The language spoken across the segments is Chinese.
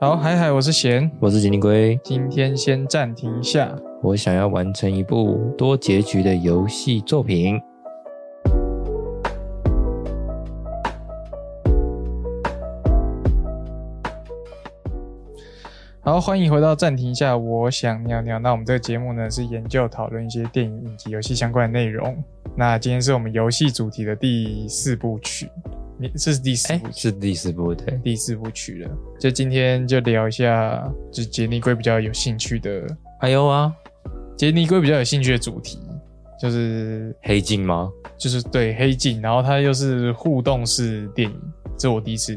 好，海海，我是贤，我是锦鲤龟，今天先暂停一下。我想要完成一部多结局的游戏作品。好，欢迎回到暂停一下，我想尿尿。那我们这个节目呢，是研究讨论一些电影、影集、游戏相关的内容。那今天是我们游戏主题的第四部曲，你这是第四哎部，曲，是第四部对，第四部曲了。就今天就聊一下，就杰尼龟比较有兴趣的，哎呦啊，杰尼龟比较有兴趣的主题，就是黑镜吗？就是对黑镜，然后它又是互动式电影，这我第一次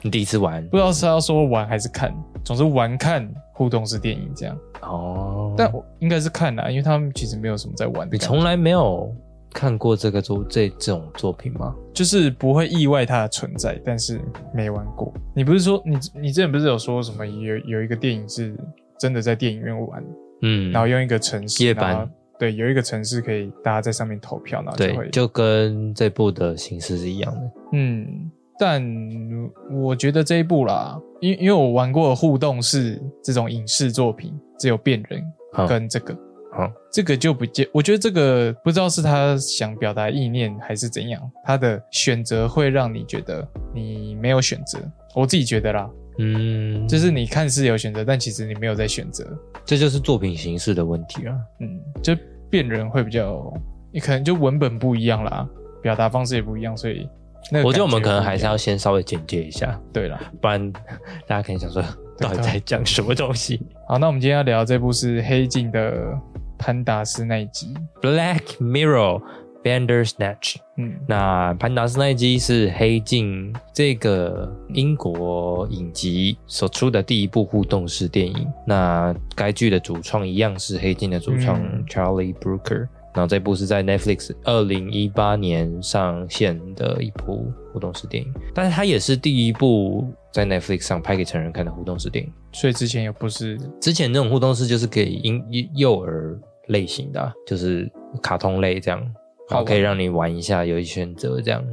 你第一次玩不知道是要说玩还是看，总之玩看互动式电影这样。哦？但我应该是看啦，因为他们其实没有什么在玩的你感觉，从来没有看过这个作这这种作品吗？就是不会意外它的存在，但是没玩过。你不是说你你之前不是有说什么有有一个电影是真的在电影院玩，嗯，然后用一个城市夜班然后对，有一个城市可以大家在上面投票，然后就对，会就跟这部的形式是一样的。嗯，但我觉得这一部啦，因因为我玩过的互动式这种影视作品，只有变人好，跟这个，好，这个就不见，我觉得这个不知道是他想表达意念还是怎样，他的选择会让你觉得你没有选择。我自己觉得啦，嗯，就是你看似有选择，但其实你没有在选择。这就是作品形式的问题啊。嗯，就变人会比较，你可能就文本不一样啦，表达方式也不一样，所以那个我觉得我们感可能还不一是样要先稍微简介一下，对啦。不然 大家可能想说到底在讲什么东西。好，那我们今天要聊这部是《黑镜》的潘达斯那一集。 Black Mirror Bandersnatch。嗯，那潘达斯那一集是《黑镜》这个英国影集所出的第一部互动式电影。那该剧的主创一样是《黑镜》的主创嗯 Charlie Brooker。然后这部是在 Netflix 二零一八年上线的一部互动式电影，但是它也是第一部在 Netflix 上拍给成人看的互动式电影。所以之前也不是，之前那种互动式就是给婴幼儿类型的啊、就是卡通类这样，好然玩后可以让你玩一下，有一选择这 样。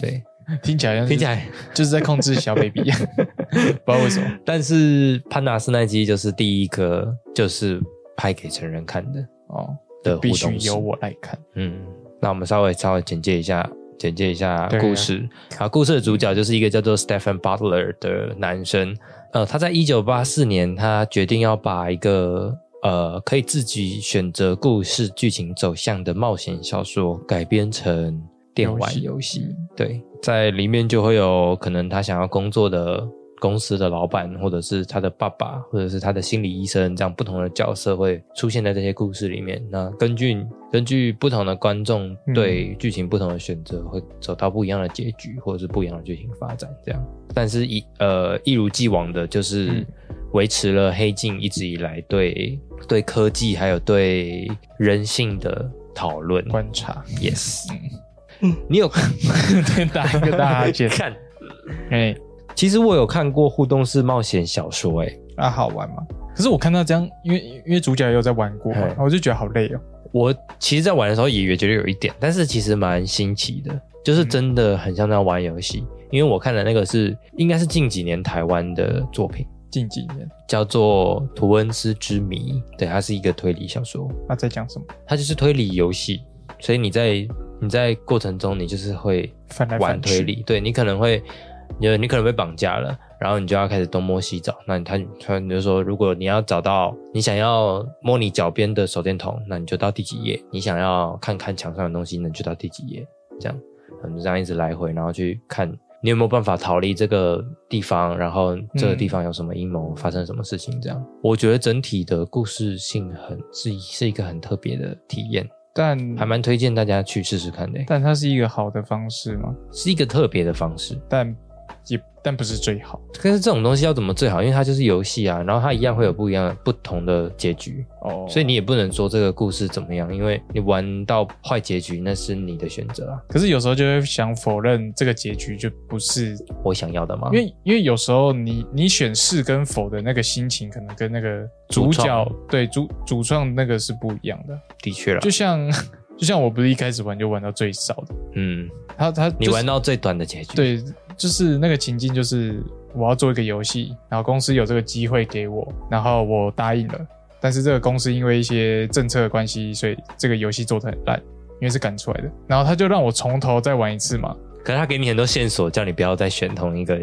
对，听起来像是听起来，就是在控制小 baby，不知道为什么。但是潘达斯那集就是第一个，就是拍给成人看的哦，的互必须动式由。我来看。嗯，那我们稍微稍微简介一下。简介一下对啊故事啊，故事的主角就是一个叫做 Stephen Butler 的男生，呃，他在一九八四年，他决定要把一个呃可以自己选择故事剧情走向的冒险小说改编成电玩游游戏戏。对，在里面就会有可能他想要工作的公司的老板，或者是他的爸爸，或者是他的心理医生，这样不同的角色会出现在这些故事里面。那根据根据不同的观众嗯对剧情不同的选择，会走到不一样的结局，或者是不一样的剧情发展这样。但是一呃一如既往的，就是嗯维持了黑镜一直以来对对科技还有对人性的讨论。观嗯察， Yes，你有看打一个大 哈欠 看，哎、其实我有看过互动式冒险小说、欸，啊，好玩吗？可是我看到这样，因为因为主角也有在玩过嘛嘿，我就觉得好累哦。我其实，在玩的时候也觉得有一点，但是其实蛮新奇的，就是真的很像在玩游戏。因为我看的那个是应该是近几年台湾的作品，近几年，叫做《图恩斯之谜》，对，它是一个推理小说。他在讲什么？它就是推理游戏，所以你在你在过程中，你就是会翻来玩翻去推理，对你可能会，你就你可能被绑架了，然后你就要开始东摸西找。那你他他你就说，如果你要找到你想要摸你脚边的手电筒，那你就到第几页；你想要看看墙上的东西，那你就到第几页。这样，我们就这样一直来回，然后去看你有没有办法逃离这个地方，然后这个地方有什么阴谋，发生什么事情，这样。我觉得整体的故事性很是是一个很特别的体验，但还蛮推荐大家去试试看的、欸但它是一个好的方式嘛，是一个特别的方式。但也但不是最好但是这种东西要怎么最好？因为它就是游戏啊，然后它一样会有不一样的不同的结局，哦。所以你也不能说这个故事怎么样，因为你玩到坏结局那是你的选择啊。可是有时候就会想否认这个结局就不是我想要的吗？因为因为有时候你你选是跟否的那个心情，可能跟那个主主角创对主主创那个是不一样的。的确啦就，像就像我不是一开始玩就玩到最少的，嗯，他他、你就是玩到最短的结局，，对，就是那个情境就是我要做一个游戏，然后公司有这个机会给我，然后我答应了。但是这个公司因为一些政策的关系，所以这个游戏做得很烂，因为是赶出来的。然后他就让我从头再玩一次嘛。可是他给你很多线索，叫你不要再选同一个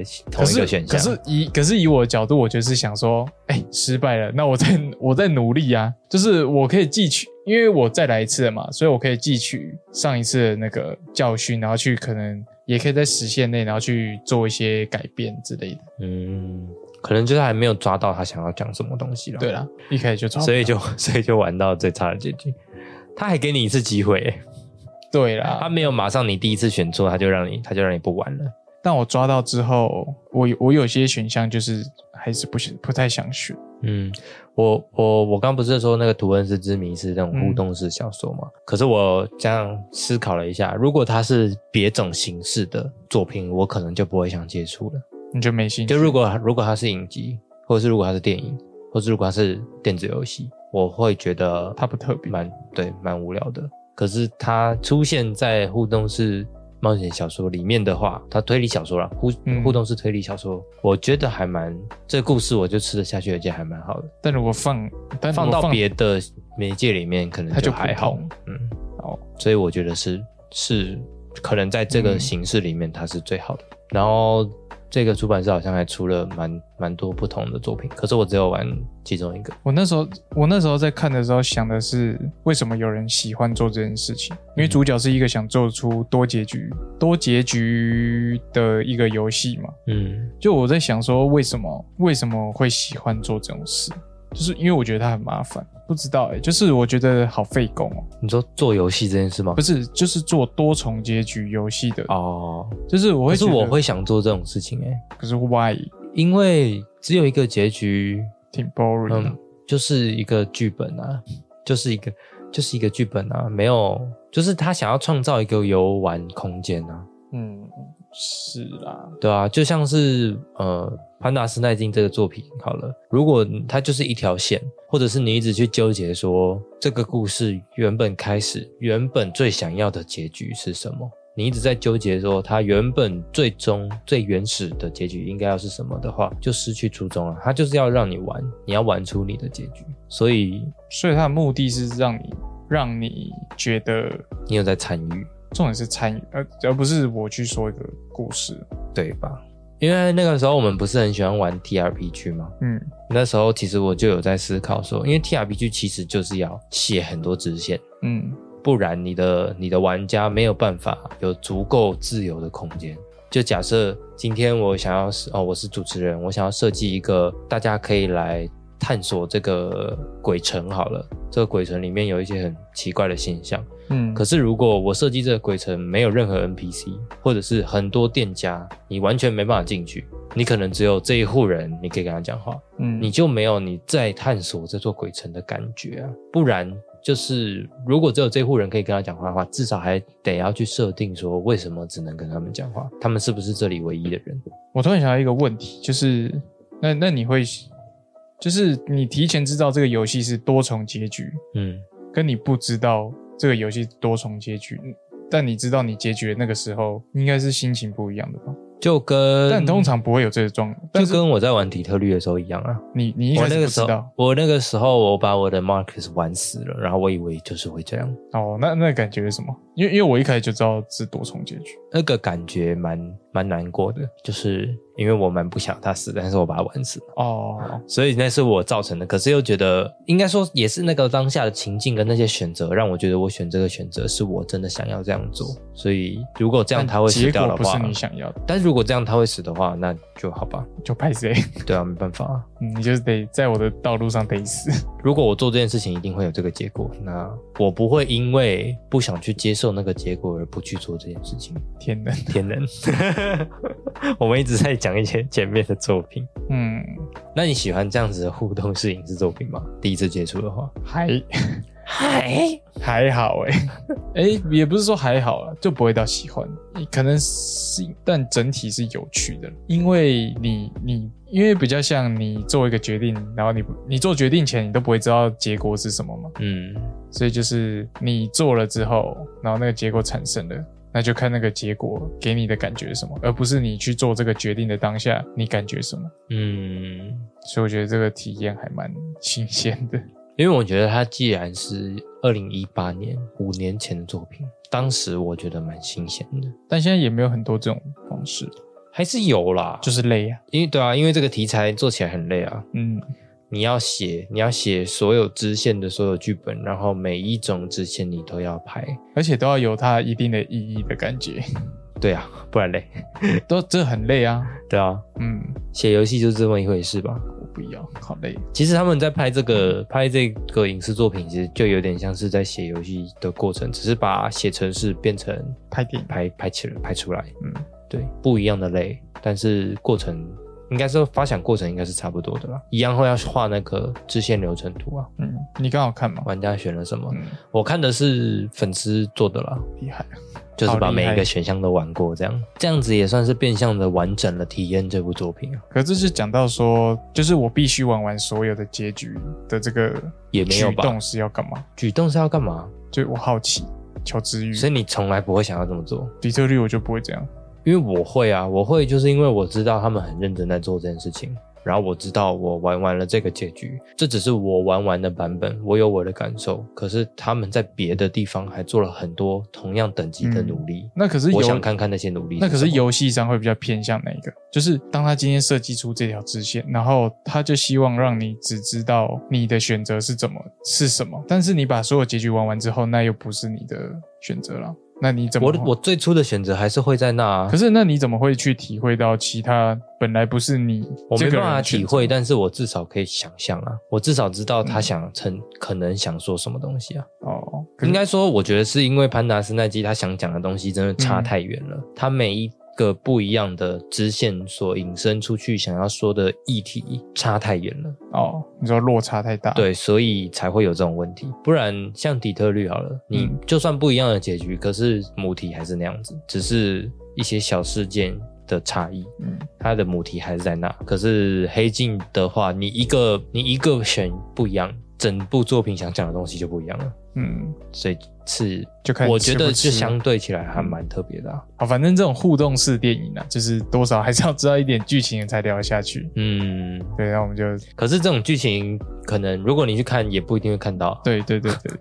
可同一是个选可项。是以可是以我的角度，我就是想说，哎、失败了，那我再 我再努力啊，就是我可以汲取，因为我再来一次了嘛，所以我可以汲取上一次的那个教训，然后去可能也可以在时限内，然后去做一些改变之类的。嗯，可能就是还没有抓到他想要讲什么东西了。对啦，一开始就抓不到，所以就 所以就玩到最差的结局。他还给你一次机会、对他啦。没有马上你第一次选错，他就让你他就让你不玩了。但我抓到之后，我有我有些选项就是还是不想不太想选。嗯，我我我刚不是说那个《图恩斯之谜》是那种嗯互动式小说嘛？可是我这样思考了一下，如果它是别种形式的作品，我可能就不会想接触了。你就没兴趣？就如果如果它是影集，或者是如果它是电影，或是如果它是电子游戏，我会觉得它不特别蛮对，蛮无聊的。可是它出现在互动式冒险小说里面的话，它推理小说啦，互嗯互动式推理小说，我觉得还蛮这故事我就吃得下去，而且还蛮好的。但如果放，但如放果到别的媒介里面，可能它就哦还普好通。嗯，好，所以我觉得是是可能在这个嗯形式里面，它是最好的。然后这个出版社好像还出了蛮蛮多不同的作品，可是我只有玩其中一个。我那时候，我那时候在看的时候想的是，为什么有人喜欢做这件事情？因为主角是一个想做出多结局、多结局的一个游戏嘛。嗯就我在想说，为什么为什么会喜欢做这种事？就是因为我觉得它很麻烦，不知道哎、就是我觉得好费工哦、你说做游戏这件事吗不？是，就是做多重结局游戏的，哦，就是我可会，是我，会想做这种事情哎、可是 why 因为只有一个结局，挺 boring 的、嗯，就是一个剧本啊，就是一个就是一个剧本啊，没有，就是他想要创造一个游玩空间啊，嗯，是啦，对啊，就像是呃潘达斯奈金这个作品好了，如果它就是一条线，或者是你一直去纠结说这个故事原本开始原本最想要的结局是什么，你一直在纠结说它原本最终最原始的结局应该要是什么的话，就失去初衷了。它就是要让你玩，你要玩出你的结局，所以所以它的目的是让你让你觉得你有在参与，重点是参与，而而不是我去说一个故事。对吧？因为那个时候我们不是很喜欢玩 T R P G 吗？嗯，那时候其实我就有在思考说，因为 T R P G 其实就是要写很多支线，嗯，不然你的你的玩家没有办法有足够自由的空间。就假设今天我想要是哦，我是主持人，我想要设计一个大家可以来探索这个鬼城好了。这个鬼城里面有一些很奇怪的现象，嗯，可是如果我设计这个鬼城没有任何 NPC，或者是很多店家，你完全没办法进去，你可能只有这一户人，你可以跟他讲话。嗯，你就没有你在探索这座鬼城的感觉啊。不然就是，如果只有这户人可以跟他讲话的话，至少还得要去设定说为什么只能跟他们讲话，他们是不是这里唯一的人？我突然想到一个问题，就是那那你会，就是你提前知道这个游戏是多重结局，嗯，跟你不知道这个游戏多重结局，但你知道你结局的那个时候，应该是心情不一样的吧？就跟但通常不会有这个状，嗯就但是跟我在玩底特律的时候一样啊。你你一我开那始个不时知候道，我那个时候我把我的 Marcus 玩死了，然后我以为就是会这样，哦，那那感觉是什么？因为因为我一开始就知道是多重结局，那个感觉蛮蛮难过的，就是因为我蛮不想他死，但是我把他玩死了。哦，所以那是我造成的。可是又觉得，应该说也是那个当下的情境跟那些选择，让我觉得我选这个选择是我真的想要这样做。所以如果这样但他会死结掉果的不是话，你想要的，但如果这样他会死的话，那就好吧。就拍谁？对啊，没办法啊。嗯你就是得在我的道路上得死。如果我做这件事情，一定会有这个结果。那我不会因为不想去接受那个结果而不去做这件事情。天哪，天人， 我们一直在讲一些前面的作品。嗯，那你喜欢这样子的互动式影视作品吗？第一次接触的话，还嗨，还好哎、哎、也不是说还好啊，就不会到喜欢，可能是，但整体是有趣的，因为你你因为比较像你做一个决定，然后你不你做决定前你都不会知道结果是什么嘛，嗯，所以就是你做了之后，然后那个结果产生了，那就看那个结果给你的感觉是什么，而不是你去做这个决定的当下你感觉什么。嗯，所以我觉得这个体验还蛮新鲜的。因为我觉得它既然是二零一八年五年前的作品，当时我觉得蛮新鲜的，但现在也没有很多这种方式，还是有啦，就是累呀、因为对啊，因为这个题材做起来很累啊，嗯，你要写，你要写所有支线的所有剧本，然后每一种支线你都要拍，而且都要有它一定的意义的感觉，对啊， 不然累，都这很累啊。对啊，嗯，写游戏就是这么一回事吧。我不要，好累。其实他们在拍这个拍这个影视作品，其实就有点像是在写游戏的过程，只是把写程式变成拍电影，拍拍起来拍出来，嗯，对，不一样的类，但是过程应该说发想过程应该是差不多的啦，一样会要画那个支线流程图啊，嗯，你刚好看吗？玩家选了什么？嗯，我看的是粉丝做的啦，厉害。就是把好厉每害一个选项都玩过，这样这样子也算是变相的完整的体验这部作品啊，可是就讲到说，就是我必须玩完所有的结局的这个也没有举吧动是要干嘛？举动是要干嘛？就我好奇，求知欲。所以你从来不会想要这么做。底特律我就不会这样。因为我会啊，我会就是因为我知道他们很认真在做这件事情，然后我知道我玩完了这个结局，这只是我玩完的版本，我有我的感受。可是他们在别的地方还做了很多同样等级的努力，那嗯可是游我想看看那些努力。那可是，游戏上会比较偏向哪一个？就是当他今天设计出这条支线，然后他就希望让你只知道你的选择是怎么是什么，但是你把所有结局玩完之后，那又不是你的选择了。那你怎么我会？我最初的选择还是会在那、啊可，是那你怎么会去体会到其他本来不是你我这没个办人法的选体择嗯会，但是我至少可以想象啊，我至少知道他想成、可能想说什么东西啊。哦？可是应该说，我觉得是因为潘达斯奈基他想讲的东西真的差太远嗯了，他每一个不一样的支线所引申出去想要说的议题差太远了，哦，你说落差太大，，对，所以才会有这种问题。不然像底特律好了，你嗯就算不一样的结局，可是母题还是那样子，只是一些小事件的差异。嗯，它的母题还是在那。可是黑镜的话，你一个你一个选不一样，整部作品想讲的东西就不一样了。嗯，所以是就看我吃觉不得吃就相对起来还蛮特别的、啊。好，反正这种互动式电影呢、啊就是多少还是要知道一点剧情才聊得下去。嗯，对，那我们就可是这种剧情可能如果你去看，也不一定会看到。，对对对对，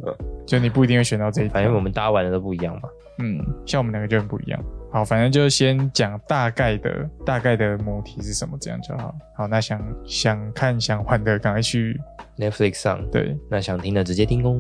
就你不一定会选到这一条反正我们大家玩的都不一样嘛。嗯，像我们两个就很不一样。好，反正就先讲大概的大概的母题是什么，这样就好。好，那想想看想玩的，赶快去 Netflix 上，对。那想听的直接听哦。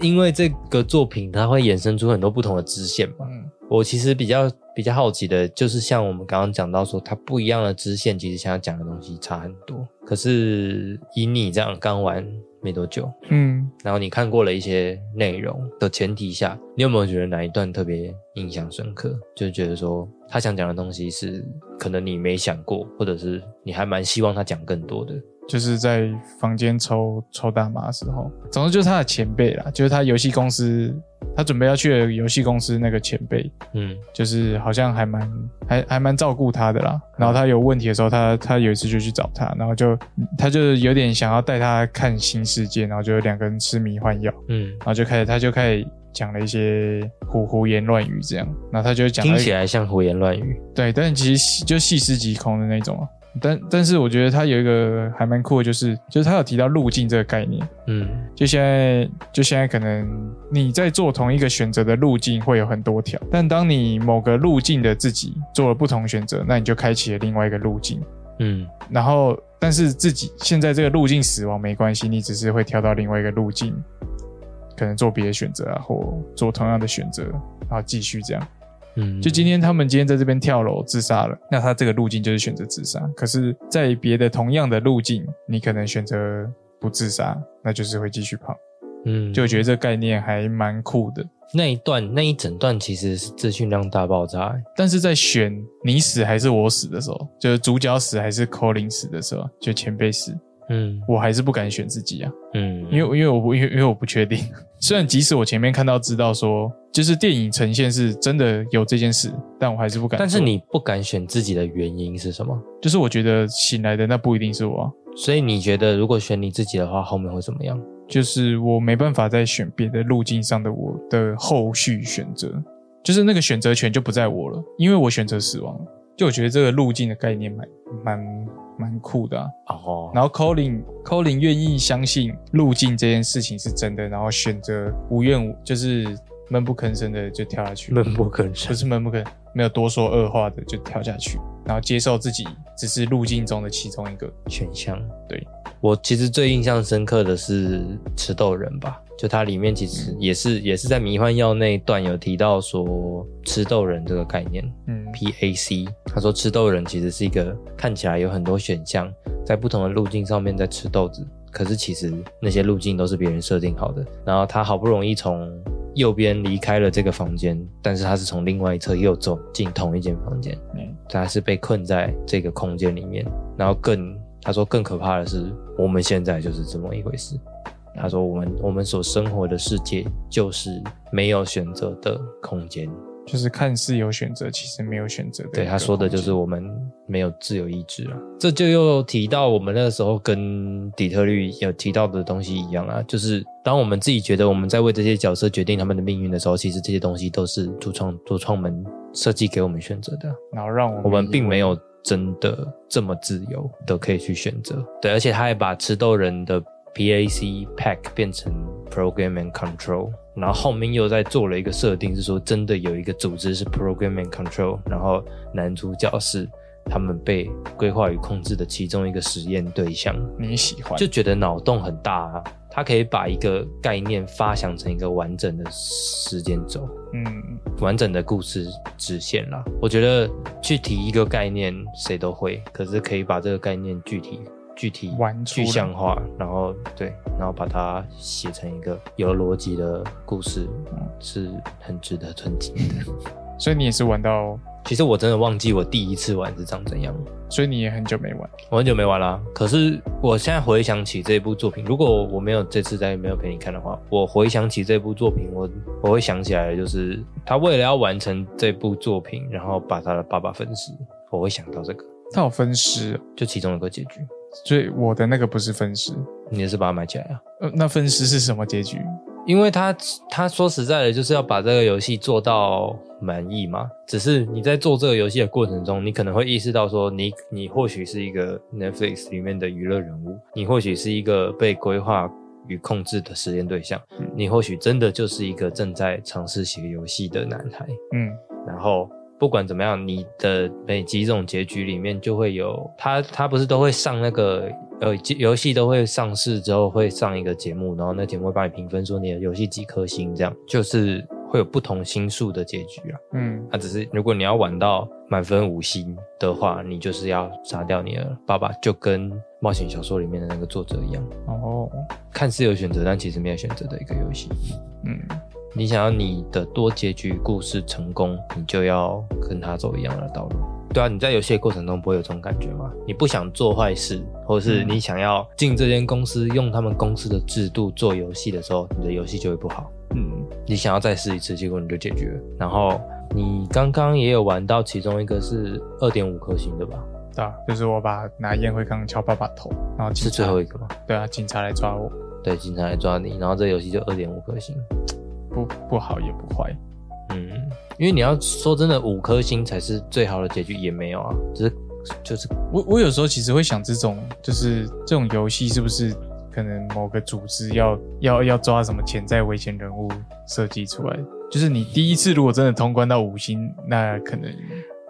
因为这个作品，它会衍生出很多不同的支线嘛。嗯，我其实比较比较好奇的，就是像我们刚刚讲到说，它不一样的支线，其实想要讲的东西差很多。可是以你这样刚玩没多久，嗯，然后你看过了一些内容的前提下，你有没有觉得哪一段特别印象深刻？就觉得说他想讲的东西是可能你没想过，或者是你还蛮希望他讲更多的。就是在房间抽抽大麻的时候，总之就是他的前辈啦，就是他游戏公司，他准备要去的游戏公司那个前辈，嗯，就是好像还蛮还还蛮照顾他的啦。然后他有问题的时候，他他有一次就去找他，然后就他就有点想要带他看新世界，然后就两个人吃迷幻药，嗯，然后就开始他就开始讲了一些胡胡言乱语这样，然后他就讲听了起来像胡言乱语。对，但其实细就细思极恐的那种啊。但但是我觉得他有一个还蛮酷的，就是就是他有提到路径这个概念，嗯就现在，就现在可能你在做同一个选择的路径会有很多条，但当你某个路径的自己做了不同选择，那你就开启了另外一个路径。嗯然后，但是自己现在这个路径死亡没关系，你只是会跳到另外一个路径，可能做别的选择啊，或做同样的选择，然后继续这样。嗯，就今天他们今天在这边跳楼自杀了，那他这个路径就是选择自杀。可是，在别的同样的路径，你可能选择不自杀，那就是会继续胖。嗯就觉得这概念还蛮酷的。那一段那一整段其实是资讯量大爆炸、欸但是在选你死还是我死的时候，就是主角死还是 Colin 死的时候，就前辈死，嗯我还是不敢选自己啊，嗯，因为因为我不因为因为我不确定。 虽然即使我前面看到知道说，就是电影呈现是真的有这件事，但我还是不敢做。但是你不敢选自己的原因是什么？就是我觉得醒来的那不一定是我啊、所以你觉得如果选你自己的话，后面会怎么样？就是我没办法再选别的路径上的我的后续选择，就是那个选择权就不在我了，因为我选择死亡了。就我觉得这个路径的概念蛮蛮蛮酷的、啊。哦，然后 Colin Colin 愿意相信路径这件事情是真的，然后选择无怨无就是闷不吭声的就跳下去，闷不吭不声。是闷不吭，没有多说二话的就跳下去，然后接受自己只是路径中的其中一个。选项。对我其实最印象深刻的是吃豆人吧，就它里面其实也是、也是在迷幻药那一段有提到说吃豆人这个概念嗯 PAC，他说吃豆人其实是一个看起来有很多选项，在不同的路径上面在吃豆子，可是其实那些路径都是别人设定好的，然后他好不容易从右边离开了这个房间，但是他是从另外一侧又走进同一间房间，嗯，他是被困在这个空间里面。然后更他说更可怕的是，我们现在就是这么一回事。他说我们我们所生活的世界就是没有选择的空间。就是看似有选择，其实没有选择的一个空对间。他说的就是我们没有自由意志啊，这就又提到我们那个时候跟底特律有提到的东西一样啊，就是当我们自己觉得我们在为这些角色决定他们的命运的时候，其实这些东西都是主创主创们设计给我们选择的啊。然后让我们我们以并为没有真的这么自由的可以去选择。对，而且他还把吃豆人的 PAC pack 变成 program and control，然后后面又在做了一个设定，是说真的有一个组织是 program and control，然后男主角是他们被规划与控制的其中一个实验对象。你喜欢，就觉得脑洞很大啊，他可以把一个概念发想成一个完整的时间轴。嗯，完整的故事支线啦。我觉得去提一个概念谁都会，可是可以把这个概念具体、具体玩、出来具象化，然后对，然后把它写成一个有逻辑的故事，嗯是很值得尊敬的。所以你也是玩到，其实我真的忘记我第一次玩是长怎样了。所以你也很久没玩，我很久没玩啦，可是我现在回想起这部作品，如果我没有这次在没有陪你看的话，我回想起这部作品，我我会想起来，就是他为了要完成这部作品，然后把他的爸爸分尸，我会想到这个，它有分尸哦，就其中一个结局，所以我的那个不是分尸，你也是把它埋起来啊。呃，那分尸是什么结局？因为他他说实在的，就是要把这个游戏做到满意嘛。只是你在做这个游戏的过程中，你可能会意识到说你，你或许是一个 Netflix 里面的娱乐人物，你或许是一个被规划与控制的实验对象，嗯你或许真的就是一个正在尝试写游戏的男孩。嗯，然后不管怎么样，你的每几种结局里面就会有他，他不是都会上那个呃机游戏都会上市之后会上一个节目，然后那节目会帮你评分说你的游戏几颗星，这样就是会有不同星数的结局啊。嗯，那、只是如果你要玩到满分五星的话，你就是要杀掉你的爸爸，就跟冒险小说里面的那个作者一样，哦，看似有选择，但其实没有选择的一个游戏。嗯，你想要你的多结局故事成功，你就要跟他走一样的道路。对啊，你在游戏的过程中不会有这种感觉吗？你不想做坏事，或者是嗯你想要进这间公司，用他们公司的制度做游戏的时候，你的游戏就会不好。嗯，你想要再试一次，结果你就解决了。然后你刚刚也有玩到其中一个是二点五颗星的吧？对啊，就是我把拿烟灰缸敲爸爸头，然后警是察最后一个吗？对啊，警察来抓我，对，警察来抓你，然后这游戏就二点五颗星。不不好也不坏，嗯，因为你要说真的，五颗星才是最好的结局，也没有啊，只是就是我我有时候其实会想，这种就是这种游戏是不是可能某个组织要要要抓什么潜在危险人物设计出来？就是你第一次如果真的通关到五星，那可能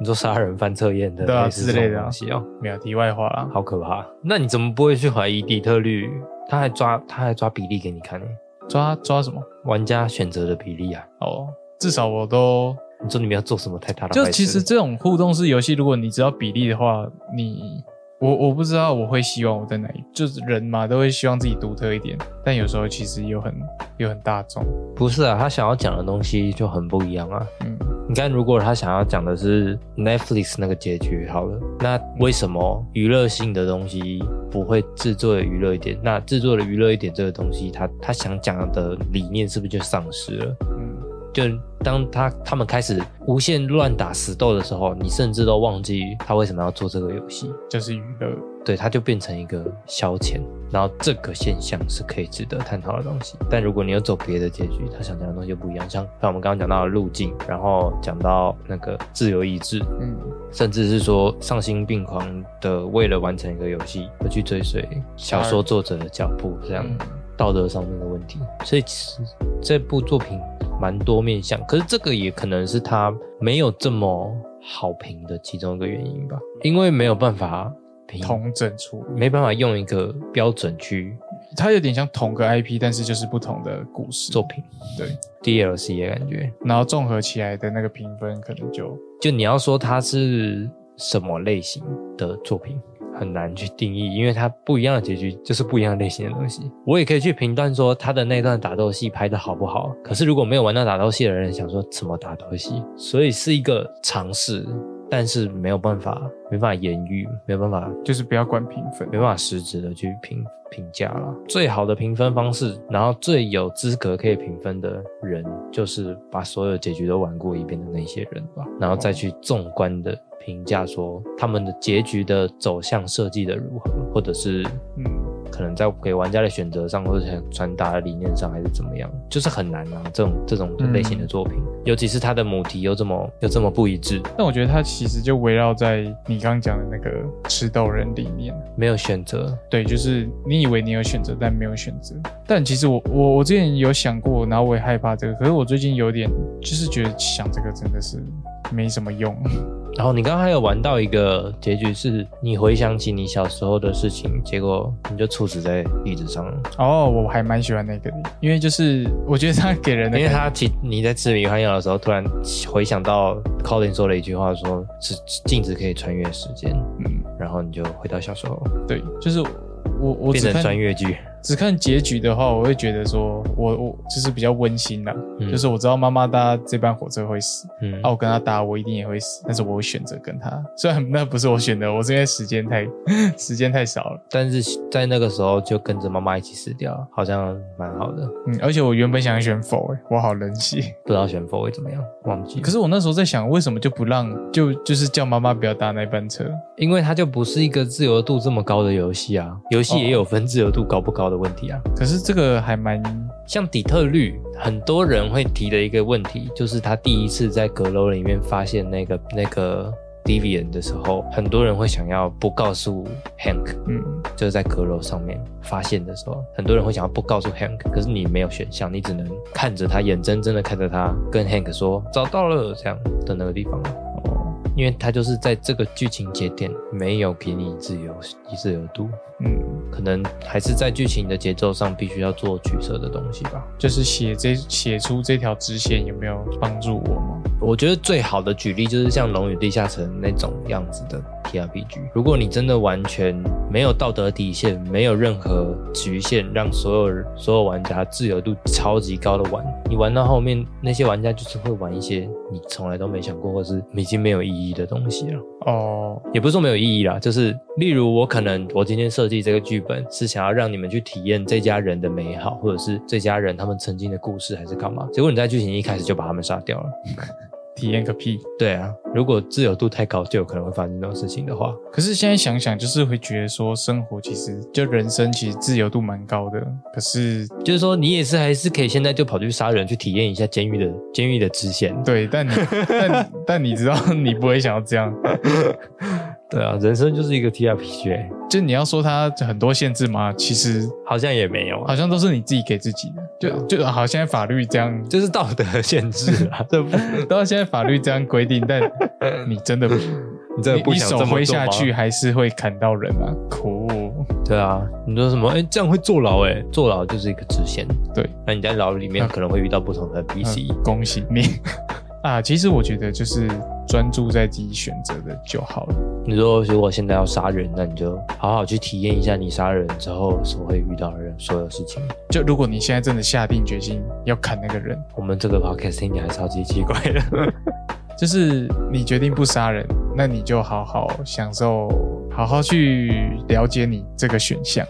你说杀人犯测验的对啊类似之这种类的啊东西哦，没有题外话啦。好可怕。那你怎么不会去怀疑底特律？他还抓他还抓比例给你看呢，抓抓什么？玩家选择的比例啊。哦，至少我都你说你们要做什么太大的就坏事其实这种互动式游戏，如果你知道比例的话，你我我不知道我会希望我在哪里，就是人嘛都会希望自己独特一点，但有时候其实又很又很大众，不是啊，他想要讲的东西就很不一样啊。嗯，你看，如果他想要讲的是 Netflix 那个结局好了，那为什么娱乐性的东西不会制作的娱乐一点？那制作的娱乐一点这个东西，他他想讲的理念是不是就丧失了？嗯就当他他们开始无限乱打死斗的时候，你甚至都忘记他为什么要做这个游戏，就是娱乐。对，它就变成一个消遣。然后这个现象是可以值得探讨的东西。但如果你要走别的结局，他想讲的东西就不一样。像像我们刚刚讲到的路径，然后讲到那个自由意志，嗯，甚至是说丧心病狂的为了完成一个游戏而去追随小说作者的脚步，这样嗯道德上面的问题。所以其实这部作品蛮多面向，可是这个也可能是他没有这么好评的其中一个原因吧，因为没有办法评，同整出，没办法用一个标准去它有点像同个 IP，但是就是不同的故事作品对， DLC 的感觉。然后综合起来的那个评分可能就就你要说它是什么类型的作品，很难去定义，因为它不一样的结局就是不一样类型的东西。我也可以去评断说它的那段打斗戏拍的好不好，可是如果没有玩到打斗戏的人，想说怎么打斗戏，所以是一个尝试，但是没有办法，没办法言喻，没有办法就是不要管评分没。办法实质的去评评价啦。最好的评分方式，然后最有资格可以评分的人，就是把所有结局都玩过一遍的那些人吧，然后再去纵观的评价说他们的结局的走向设计的如何，或者是嗯，可能在给玩家的选择上，或者是传达的理念上，还是怎么样，就是很难啊。这种这种类型的作品，尤其是它的母题又这么又这么不一致，但我觉得它其实就围绕在你刚刚讲的那个吃豆人里面。没有选择，对，就是你以为你有选择，但没有选择。但其实我我我之前有想过，然后我也害怕这个，可是我最近有点就是觉得想这个真的是没什么用。 然后你刚刚还有玩到一个结局是，你回想起你小时候的事情，结果你就猝死在椅子上了，哦，我还蛮喜欢那个的，因为就是我觉得它给人因的为感觉，他其你在吃迷幻药的时候，突然回想到 Colin 说了一句话说，是镜子可以穿越时间，嗯，然后你就回到小时候，对，就是我我变只成看穿越剧，只看结局的话，我会觉得说我我就是比较温馨啦，嗯就是我知道妈妈搭这班火车会死，嗯，啊，我跟他搭，我一定也会死，但是我会选择跟他，虽然那不是我选的，我是因为时间太 时间太少了。但是在那个时候就跟着妈妈一起死掉，好像蛮好的，嗯，而且我原本想选否、欸，我好冷血。不知道选否会怎么样，忘记了。可是我那时候在想，为什么就不让就就是叫妈妈不要搭那班车？因为它就不是一个自由度这么高的游戏啊，游戏哦也有分自由度高不高的问题啊。可是这个还蛮像底特律，很多人会提的一个问题，就是他第一次在阁楼里面发现那个那个 Deviant 的时候，很多人会想要不告诉 Hank，嗯，就是在阁楼上面发现的时候，很多人会想要不告诉 Hank，可是你没有选项，你只能看着他，眼睁睁的看着他跟 Hank 说找到了这样的那个地方。哦，因为他就是在这个剧情节点没有给你自由自由度，嗯，可能还是在剧情的节奏上必须要做取舍的东西吧。就是写这写出这条支线有没有帮助我吗？我觉得最好的举例就是像《龙与地下城》那种样子的 TRPG。如果你真的完全没有道德底线，没有任何局限，让所有人所有玩家自由度超级高的玩，你玩到后面那些玩家就是会玩一些你从来都没想过，或是已经没有意义的东西了。哦，也不是说没有意义啦，就是例如我可能我今天设计这个剧本是想要让你们去体验这家人的美好，或者是这家人他们曾经的故事，还是干嘛？结果你在剧情一开始就把他们杀掉了。体验个屁！对啊，如果自由度太高，就有可能会发生这种事情的话，可是现在想想，就是会觉得说，生活其实就人生其实自由度蛮高的，可是就是说你也是还是可以现在就跑去杀人，去体验一下监狱的监狱的支线。对，但 你但但你知道，你不会想要这样。对啊，人生就是一个 TRPG，、欸就你要说它很多限制吗？其实好像也没有啊好，像都是你自己给自己的，就啊就好，现在法律这样，就是道德限制 啊，这不到现在法律这样规定， 但你真的不，你真的不你想这手么做吗挥下去还是会砍到人啊，苦。对啊，你说什么？哎、这样会坐牢哎、坐牢就是一个支线。对，那你在牢里面嗯可能会遇到不同的 NPC，、嗯恭喜你 啊！其实我觉得就是专注在自己选择的就好了。你说如果现在要杀人，那你就好好去体验一下你杀人之后所会遇到的人所有事情。就如果你现在真的下定决心要砍那个人，我们这个 podcast 听起来超级奇怪的，就是你决定不杀人，那你就好好享受，好好去了解你这个选项。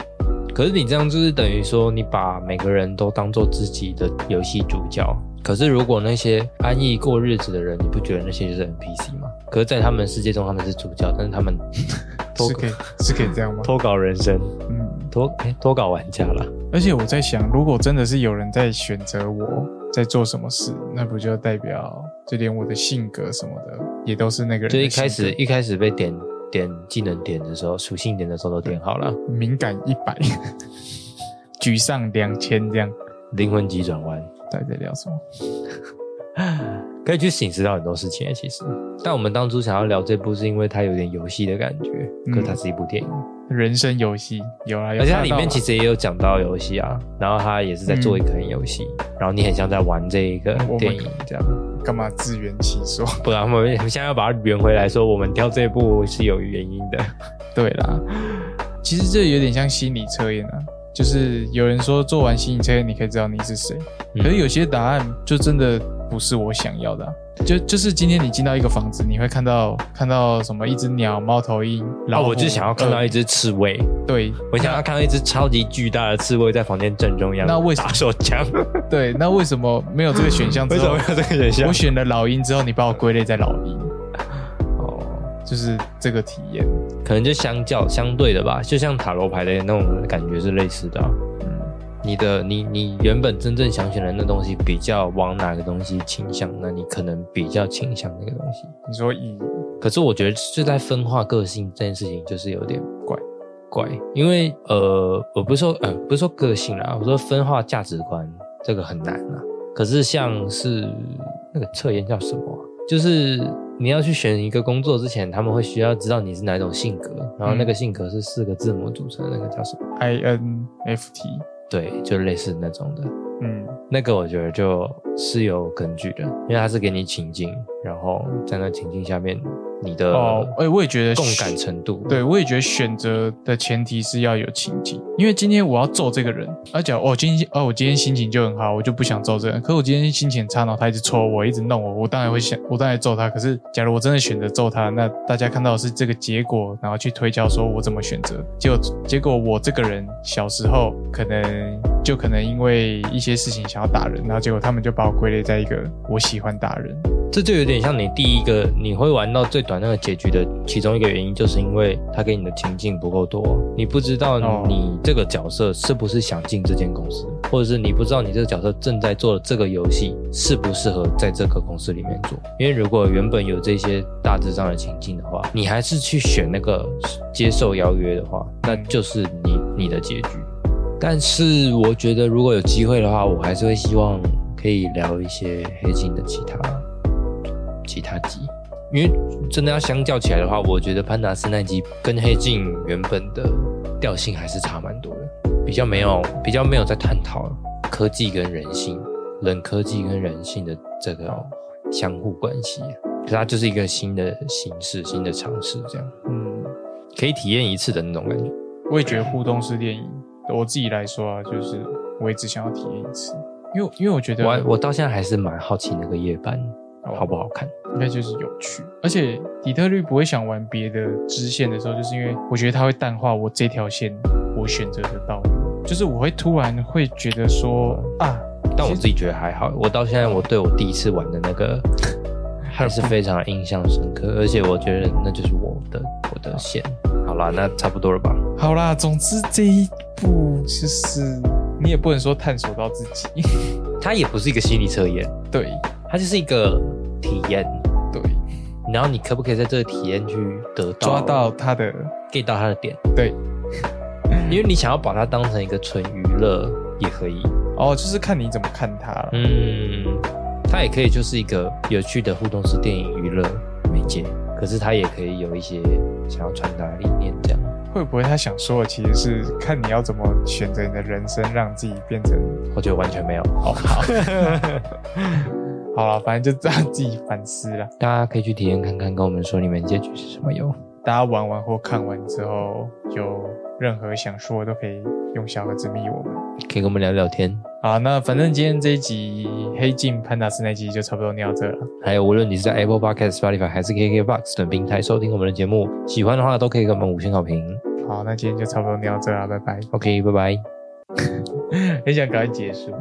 可是你这样就是等于说，你把每个人都当做自己的游戏主角。可是如果那些安逸过日子的人，你不觉得那些就是 NPC 吗？可是，在他们世界中，他们是主角，但是 他们脱是可以是可以这样吗？脱稿人生，嗯，脱哎脱稿玩家啦。而且我在想，如果真的是有人在选择我在做什么事，那不就代表就连我的性格什么的也都是那个人的就性一格。开始一开始被点点技能点的时候，属性点的时候都点好了，敏感一百， 沮丧两千这样。灵魂急转弯。到底在聊什么？可以去醒思到很多事情耶，其实。但我们当初想要聊这部，是因为它有点游戏的感觉，嗯可它是一部电影，人生游戏有啊，有而且它看里到面啊其实也有讲到游戏啊，然后它也是在做一款游戏，然后你很像在玩这一个嗯我们电影这样。干嘛自圆其说？不然我们现在要把它圆回来说，我们挑这部是有原因的。对啦，其实这有点像心理测验啊，就是有人说做完心理测验你可以知道你是谁，嗯可是有些答案就真的不是我想要的啊、就就是今天你进到一个房子，你会看到看到什么一只鸟、猫头鹰，然啊，后、我就想要看到一只刺猬，对我想要看到一只超级巨大的刺猬在房间正中央那为什么打手 枪，对，那为什么没有这个选项之 为什后么，要这个选项我？选了老鹰之后，你把我归类在老鹰，哦就是这个体验。可能就相较相对的吧，就像塔罗牌的那种感觉是类似的啊、嗯你的你你原本真正想选的那东西比较往哪个东西倾向，那你可能比较倾向那个东西。你说以可是我觉得就在分化个性这件事情，就是有点怪怪，因为呃，我不是说呃不是说个性啦，我说分化价值观这个很难啊。可是像是那个测验叫什么啊、就是你要去选一个工作之前，他们会需要知道你是哪一种性格，然后那个性格是四个字母组成的，那个叫什么？ I N F T，对，就类似那种的。嗯，那个我觉得就是有根据的，因为它是给你情境，然后在那情境下面你的哦，哎、我也觉得共选感程度，对，我也觉得选择的前提是要有情境，因为今天我要揍这个人，而且我、哦、今天哦，我今天心情就很好，我就不想揍这个人。可我今天心情很差，然后他一直戳我，一直弄我，我当然会想，我当然揍他。可是，假如我真的选择揍他，那大家看到的是这个结果，然后去推敲说我怎么选择。结果，结果我这个人小时候可能就可能因为一些事情想要打人，然后结果他们就把我归类在一个我喜欢打人。这就有点像你第一个你会玩到最短那个结局的其中一个原因，就是因为他给你的情境不够多，你不知哦道你这个角色是不是想进这间公司，或者是你不知道你这个角色正在做的这个游戏适不适合在这个公司里面做。因为如果原本有这些大致上的情境的话，你还是去选那个接受邀约的话，那就是你你的结局。但是我觉得如果有机会的话，我还是会希望可以聊一些黑镜的其他其他集，因为真的要相较起来的话，我觉得潘达斯那集跟黑镜原本的调性还是差蛮多的，比较没有比较没有在探讨科技跟人性、冷科技跟人性的这个哦相互关系、可是它就是一个新的形式、新的尝试，这样嗯，可以体验一次的那种感觉。我也觉得互动式电影，我自己来说啊，就是我也只想要体验一次，因为因为我觉得我我到现在还是蛮好奇那个夜班哦好不好看。应该就是有趣，而且底特律不会想玩别的支线的时候，就是因为我觉得它会淡化我这条线我选择的道路，就是我会突然会觉得说啊，但我自己觉得还好，我到现在我对我第一次玩的 那个还是非常印象深刻，而且我觉得那就是我的我的线。好啦，那差不多了吧？好啦，总之这一步就是你也不能说探索到自己， 它也不是一个心理测验，对它就是一个体验。对，然后你可不可以在这个体验去得到抓到他的 get 到它的点？对，因为你想要把它当成一个纯娱乐也可以， 哦，就是看你怎么看它了，嗯，它也可以就是一个有趣的互动式电影娱乐媒介，可是它也可以有一些想要传达的理念这样。会不会他想说的其实是看你要怎么选择你的人生，让自己变成我觉得完全没有。好好。好了，反正就这样自己反思了。 大家可以去体验看看，跟我们说你们结局是什么哟。大家玩完或看完之后，有任何想说的都可以用小盒子密我们。可以跟我们聊聊天。好，那反正今天这一集《黑镜》潘达斯那集就差不多聊到这了。还有，无论你是在 Apple Podcast、Spotify 还是 KKBox 等平台收听我们的节目，喜欢的话都可以给我们五星好评。好， 那今天就差不多聊到这啦，拜拜。 OK，拜拜。很想赶快结束。